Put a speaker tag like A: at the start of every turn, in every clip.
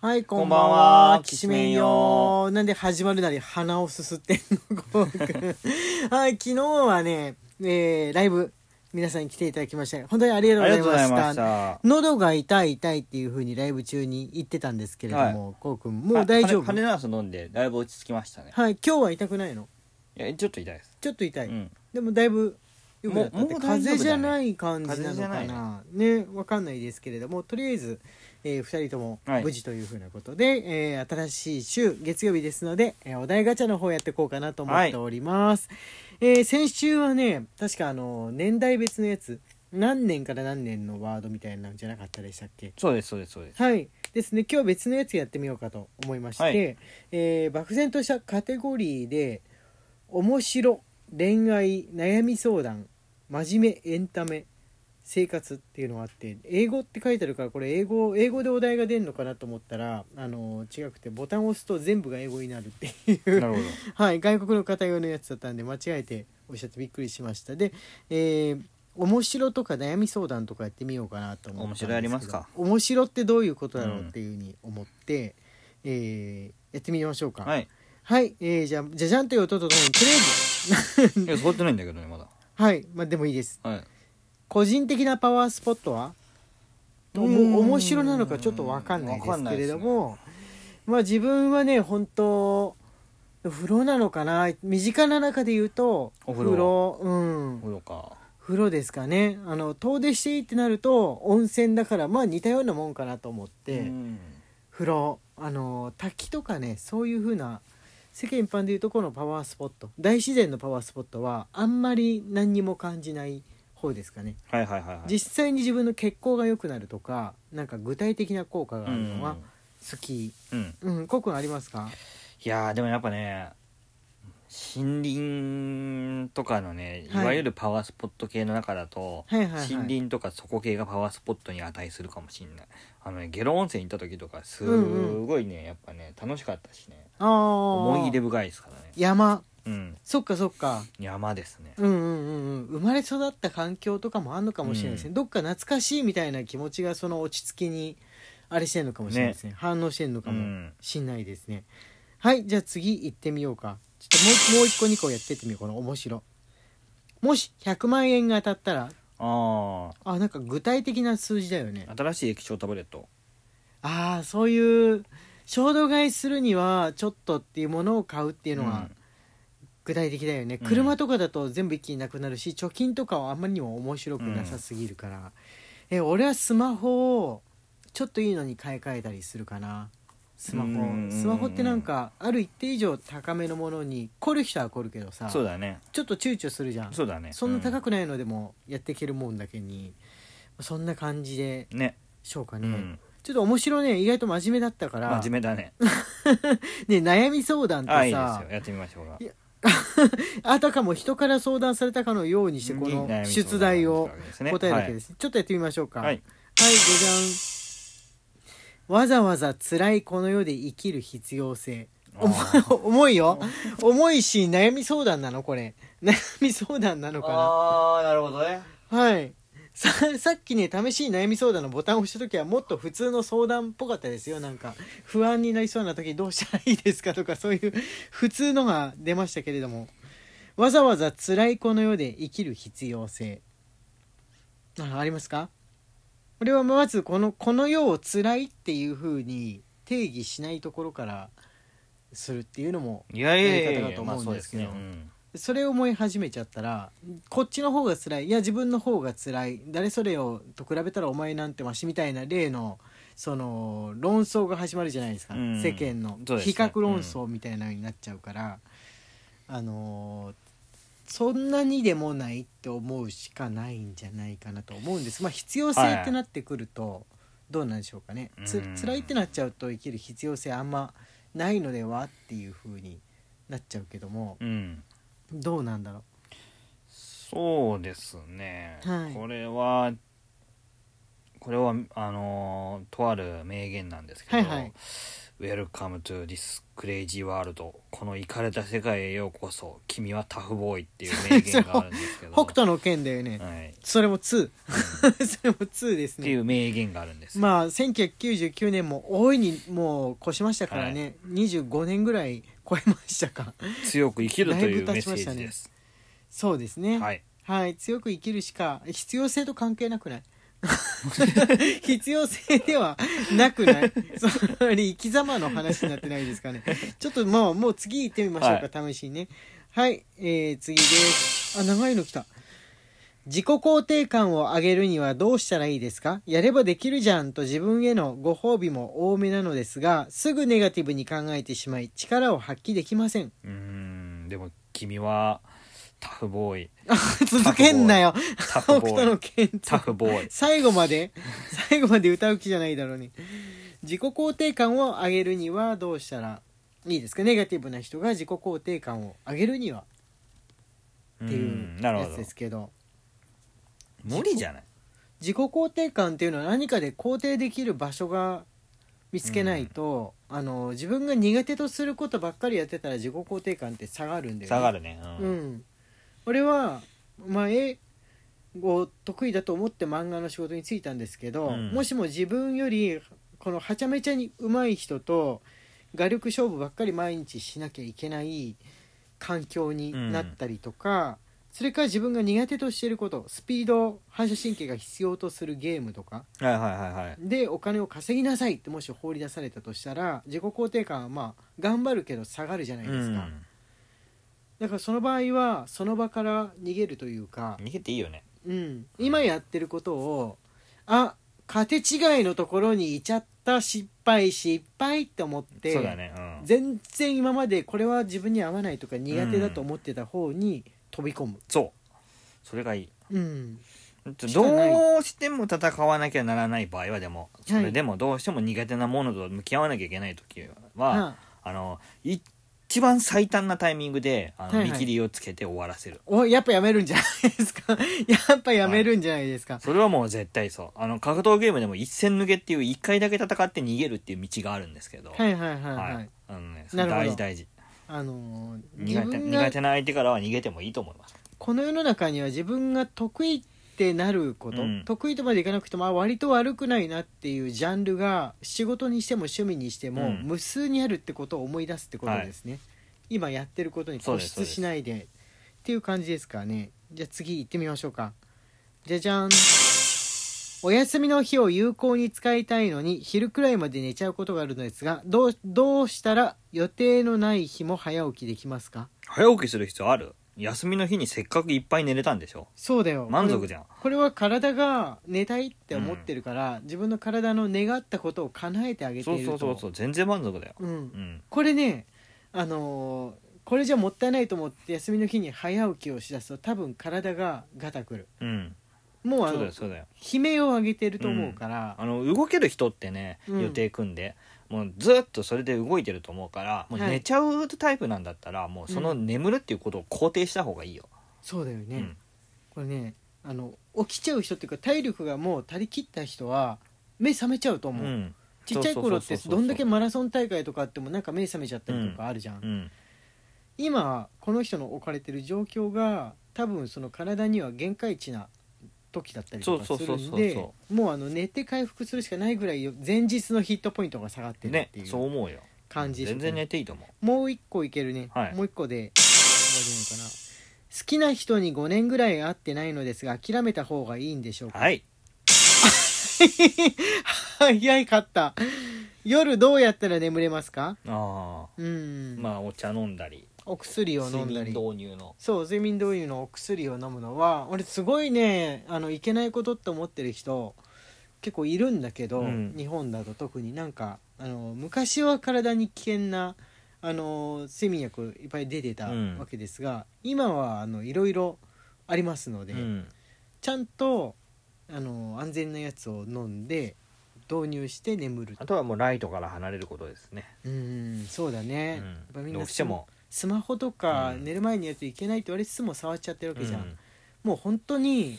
A: はい、こんばんは。きしめんよ。なんで始まるなり鼻をすすってんの、ゴーくん はい、昨日はね、えー、ライブ、皆さんに来ていただきまして、本当にありが
B: ありが
A: と
B: とう
A: うご
B: ご
A: ざ
B: ざ
A: い
B: い
A: ま
B: ま
A: し。
B: したた。
A: 喉が痛い痛いっていう風にライブ中に言ってたんですけれども、こうくん、もう大丈夫
B: ハネナース飲んでだいぶ落ち着きましたね。
A: はい、今日は痛くないの
B: いやちょっと痛いです。
A: ちょっと痛い。
B: うん。
A: でもだいぶ良くなったって
B: もうもう大丈夫だね
A: 風邪じゃない感じなのか
B: 風邪じゃ
A: なねわかんないですけれどもとりあえず、え2人とも
B: はい
A: 無事というふうなことで、えー新しい週月曜日ですので、えーお題ガチャの方やっていこうかなと思っております、えー先週はね確かあの年代別のやつ何年から何年のワードみたいなんじゃなかったでしたっけ
B: そうですそうですそうです。
A: はいですね今日別のやつやってみようかと思いまして、
B: はい
A: えー漠然としたカテゴリーで「面白」「恋愛」「悩み相談」「真面目」「エンタメ」「生活」っていうのがあって英語って書いてあるからこれ英語英語でお題が出るのかなと思ったらあの違くてボタンを押すと全部が英語になるっていう
B: なるほど。
A: はい、外国の方用のやつだったんで間違えておっしゃってびっくりしましたで、えー面白とか悩み相談とかやってみようかなと思ったんですけ
B: 面白
A: ど
B: やりますか
A: 面白ってどういうことだろうっていうふうに思って、えーやってみましょうか、
B: はいい。
A: はいえーじゃあじゃじゃんという音とともにとりあえず
B: いや座ってないんだけどねまだ。
A: はい、まあ、でもいいです
B: はい。
A: 個人的なパワースポットはおも面白なのかちょっと分かんないですけれども、まあ自分はね本当お風呂なのかな身近な中で言うと
B: お風呂
A: うん
B: ほどか。
A: 風呂ですかねあの遠出していいってなると温泉だからまあ似たようなもんかなと思って、
B: うん
A: 風呂あの滝とかねそういう風な世間一般でいうとこのパワースポット大自然のパワースポットはあんまり何にも感じない方ですかね
B: はいはいはいはい。
A: 実際に自分の血行が良くなるとかなんか具体的な効果があるのは好き
B: うん。うん。
A: うんコウ君ありますか
B: いやーでもやっぱね。森林とかのね、い
A: はい
B: わゆるパワースポット系の中だと、
A: はいはいはい
B: 森林とかそこ系がパワースポットに値するかもしんないあのね下呂温泉行った時とかすごいね、やっぱね楽しかったしね
A: ああ
B: 思い出深いですからね
A: 山
B: うん
A: そっかそっか
B: 山ですね
A: うんうんうんうん生まれ育った環境とかもあんのかもしれないですね、
B: うん
A: どっか懐かしいみたいな気持ちがその落ち着きにあれしてんのかもしれないですね反応してんのか
B: う
A: も
B: ん
A: しんないですね、はいじゃあ次行ってみようかちょっともうもう一個二個やってってみようこの面白もし100万円が当たったら
B: あ
A: あなんか具体的な数字だよね
B: あ新しい液晶タブレット
A: ああそういう衝動買いするにはちょっとっていうものを買うっていうのは具体的だよね、
B: うん
A: 車とかだと全部一気になくなるし貯金とかはあんまりにも面白くなさすぎるから、え俺はスマホをちょっといいのに買い替えたりするかなスマホ
B: うん
A: スマホってなんかある一定以上高めのものに凝る人は凝るけ
B: う
A: どさ
B: ん、そうだね
A: ちょっと躊躇するじゃん
B: そうだね
A: そんな高
B: く、
A: くないのでもやっていけるもんだけに、そんな感じで
B: うんね
A: しょうか
B: う
A: ね、
B: ん
A: ちょっと面白いね意外と真面目だったから
B: 真面目だね
A: ね、悩み相談って
B: あいいです
A: さ
B: よやってみましょうか
A: いやあたかも人から相談されたかのようにしてこ
B: いい悩み相
A: の
B: 談
A: 出題を答えるわけですす、ちょっとやってみましょうか
B: ねはい、はい
A: はいじゃじゃんわざわざ辛いこの世で生きる必要性
B: あー
A: 重いよ重いし悩み相談なのこれ 悩み相談なのか
B: あーなるほどね
A: なはいさ さっきね試しに悩み相談のボタンを押した時はもっと普通の相談っぽかったですよなんか不安になりそうな時どうしたらいいですかとかそういう普通のが出ましたけれどもわざわざ辛いこの世で生きる必要性あありますかこれはまずこのこの世を辛いっていうふうに定義しないところからするっていうのも
B: いやいやい
A: や
B: や
A: り方だ
B: い
A: と
B: やまあ
A: 思う
B: そ
A: ん
B: う
A: で
B: ですす
A: け
B: ね、
A: ど
B: うん
A: それを思い始めちゃったらこっちの方が辛いいや自分の方が辛い誰それをと比べたらお前なんてましみたいな例のその論争が始まるじゃないですか、
B: うん
A: 世間の
B: そうです
A: 比
B: ね
A: 較論争みたいなのになっちゃうから、あのーそんなにでもないって思うしかないんじゃないかなと思うんですまあ必要性ってなってくるとどうなんでしょうかね、つ
B: うん
A: 辛いってなっちゃうと生きる必要性あんまないのではっていうふうになっちゃうけども
B: うん
A: どうなんだろう
B: そうですね、
A: はい
B: これはこれはあのーとある名言なんですけど
A: はいはい
B: Welcome to this crazy world このイカれた世界へようこそ君はタフボーイ」っていう名言があるんですけど
A: 北斗の剣だよね、
B: はい、っ
A: それも2 それも2です
B: てい
A: ね
B: う名言があるんですよ、
A: まあ1999年も大いにもう越しましたからね、25年ぐらい超えましたか
B: 強く生きるという
A: だいぶ
B: メッ
A: 経ち
B: セ
A: ました
B: ー
A: ね
B: ジです、
A: そうですね
B: はい
A: はい、強く生きるしか必要性と関係なくない 必要性ではなくない それ生き様の話になってないですかねちょっとまあもう次行ってみましょうか、試しにねはい、えー、次ですあ長いの来た自己肯定感を上げるにはどうしたらいいですかやればできるじゃんと自分へのご褒美も多めなのですがすぐネガティブに考えてしまい力を発揮できません
B: うーんでも君はタフボーイ
A: 続けんなよ
B: タ
A: 北
B: フボ
A: 斗
B: ー
A: の
B: イ
A: 剣
B: タフボーイ
A: 最後まで最後まで歌う気じゃないだろうね自己肯定感を上げるにはどうしたらいいですかネガティブな人が自己肯定感を上げるにはってい
B: ん
A: う
B: なる
A: や
B: ほど
A: つですけど
B: 無理じゃない
A: 自己肯定感っていうのは何かで肯定できる場所が見つけないと、あの自分が苦手とすることばっかりやってたら自己肯定感って下がるんだよね
B: 下がるねう、
A: うんん、俺は、まあ、絵を得意だと思って漫画の仕事に就いたんですけど、
B: うん
A: もしも自分よりこのはちゃめちゃに上手い人と画力勝負ばっかり毎日しなきゃいけない環境になったりとか、それから自分が苦手としてることスピード反射神経が必要とするゲームとか
B: はいはいはいはい
A: でお金を稼ぎなさいってもし放り出されたとしたら自己肯定感はまあ頑張るけど下がるじゃないですか。だからその場合はその場から逃げるというか
B: う、ん、逃げていいよね
A: うん、今やってることをあ勝て違いのところにいちゃった失敗失敗って思って
B: そうだねうん
A: 全然今までこれは自分に合わないとか苦手だと思ってた方に飛び込む、
B: そうそれがいい
A: うんしかない
B: どうしても戦わなきゃならない場合はでもそれでもどうしても苦手なものと向き合わなきゃいけない時は、
A: はあ
B: あのい一番最短なタイミングであの
A: はいはい
B: 見切りをつけて終わらせる、
A: おやっぱやめるんじゃないですかやっぱやめるんじゃないですか、
B: それはもう絶対そうあの格闘ゲームでも一戦抜けっていう一回だけ戦って逃げるっていう道があるんですけど
A: はい、はいはいはい、
B: はいあのね、そ
A: な
B: れ
A: るほど
B: 大事大事
A: あのー
B: 苦手苦手な相手からは逃げてもいいと思います
A: この世の中には自分が得意ってなること、
B: うん
A: 得意とまでいかなくてもあ割と悪くないなっていうジャンルが仕事にしても趣味にしても、
B: うん
A: 無数にあるってことを思い出すってことですね、今やってることに
B: そう
A: 固
B: ですそうで
A: 執
B: す
A: しないでっていう感じですかねじゃあ次行ってみましょうかじゃじゃんお休みの日を有効に使いたいのに昼くらいまで寝ちゃうことがあるのですがどうどうしたら予定のない日も早起きできますか
B: 早起きする必要ある休みの日にせっかくいっぱい寝れたんでしょ
A: そうだよ
B: 満足じゃん
A: これは体が寝たいって思ってるから、自分の体の願ったことを叶えてあげて
B: そ
A: いうる
B: そ
A: と
B: うそうそう全然満足だよ、
A: う、
B: うんん、
A: これねあのーこれじゃもったいないと思って休みの日に早起きをしだすと多分体がガタくる
B: うん、
A: もう
B: そ
A: あ
B: うだ
A: の
B: よそうだよ
A: 悲鳴を上げてると思うから、
B: あの動ける人ってね
A: うん
B: 予定組んで、もうずっとそれで動いてると思うからもう
A: はい
B: 寝ちゃうタイプなんだったら、もうその眠るっていうことを肯定した方がいいよ、
A: そうだよね、
B: うん
A: これねあの起きちゃう人っていうか体力がもう足りきった人は目覚めちゃうと思う、
B: うん
A: ちっちゃい頃って
B: そうそうそうそう
A: どんだけマラソン大会とかあってもなんか目覚めちゃったりとかあるじゃん
B: う、ん
A: 今この人の置かれてる状況が多分その体には限界値な時だったりとか
B: そう
A: す
B: そう
A: る
B: そうそう
A: んでもうあの寝て回復するしかないぐらい前日のヒットポイントが下がってるっ
B: ね
A: てい
B: そう
A: う
B: 思うよ
A: 感じです
B: 全
A: ね
B: 然寝ていいと思
A: もう一個いけるね、
B: はい
A: もう一個で終わりなのかな好きな人に5年ぐらい会ってないのですが諦めた方がいいんでしょう
B: う
A: か、
B: はい
A: 早かった夜どうやったら眠れますか
B: ああ
A: うん、
B: まあお茶飲んだり
A: お薬を飲
B: 睡
A: んだ
B: 眠
A: り
B: 導入の
A: そう睡眠導入のお薬を飲むのは俺すごいねあのいけないことって思ってる人結構いるんだけど、
B: うん
A: 日本だと特になんかあの昔は体に危険なあの睡眠薬いっぱい出てた
B: うん
A: わけですが、今はあのいろいろありますので、
B: うん
A: ちゃんとあの安全なやつを飲んで導入して眠る
B: あとはもうライトから離れることですね、
A: うんそうだ
B: う
A: ね、やっぱみ
B: ん、
A: ん
B: ど
A: な
B: うしても
A: スマホとか
B: うん
A: 寝る前にやるといけないって言われつつも触っちゃってるわけじゃん
B: うん
A: もう本当に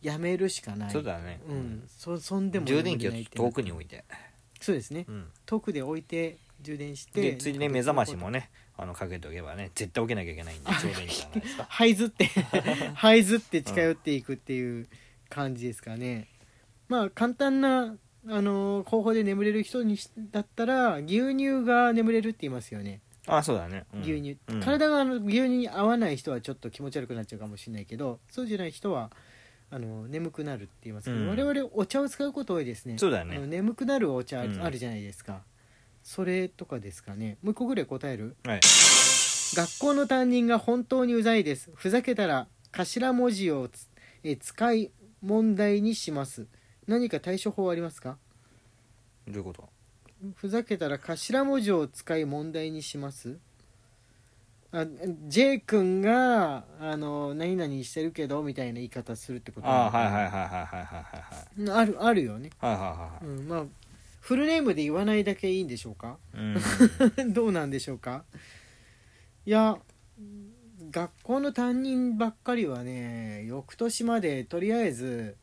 A: やめるしかない
B: そうだね
A: うん、そそんでも
B: 充電器を
A: 眠れないってな
B: 遠くに置いて、
A: そうですね
B: うん、
A: 遠くで置いて充電して
B: でついでに目覚ましもねあのかけておけばね絶対起きなきゃいけないんで
A: あ
B: 充電器じゃないですか
A: はいずって はいずって近寄っていくっていう感じですかね、まあ簡単なあのー方法で眠れる人にしだったら牛乳が眠れるって言いますよね
B: あそうだね、うん
A: 牛乳、
B: うん
A: 体があの牛乳に合わない人はちょっと気持ち悪くなっちゃうかもしれないけどそうじゃない人はあの眠くなるって言いますけど、
B: うん
A: 我々お茶を使うこと多いですね
B: そうだ
A: あの
B: ね
A: 眠くなるお茶ある,、
B: うん
A: あるじゃないですかそれとかですかねもう一個ぐらい答える
B: はい
A: 学校の担任が本当にうざいですふざけたら頭文字をつえ使い問題にします何か対処法はありますか
B: どういうこと
A: ふざけたら頭文字を使い問題にしますあ J 君があの何々してるけどみたいな言い方するってこと
B: ああはいはいはいは
A: い
B: いはいはいはいはい
A: あるあるよね、
B: はいはいはいは
A: う
B: い
A: ん、まあフルネームで言わないだけいいんでしょうか
B: うん
A: どうなんでしょうかいや学校の担任ばっかりはね翌年までとりあえず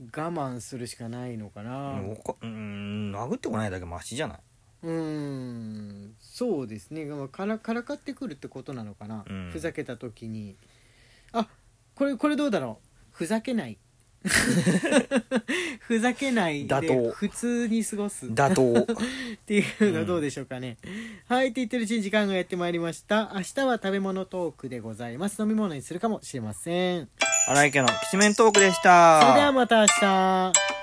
A: 我慢するしかないのかな
B: うん他うん殴ってこないだけマシじゃない
A: うんそうですねまあからからかってくるってことなのかな、
B: うん
A: ふざけた時にあこれこれどうだろうふざけない ふざけない
B: 妥当
A: で普通に過ごす
B: 妥当
A: っていうのどうでしょうかね、はいって言ってるうちに時間がやってまいりました明日は食べ物トークでございます飲み物にするかもしれませんそ
B: 荒井家のきしめんトークでした
A: れではまた明日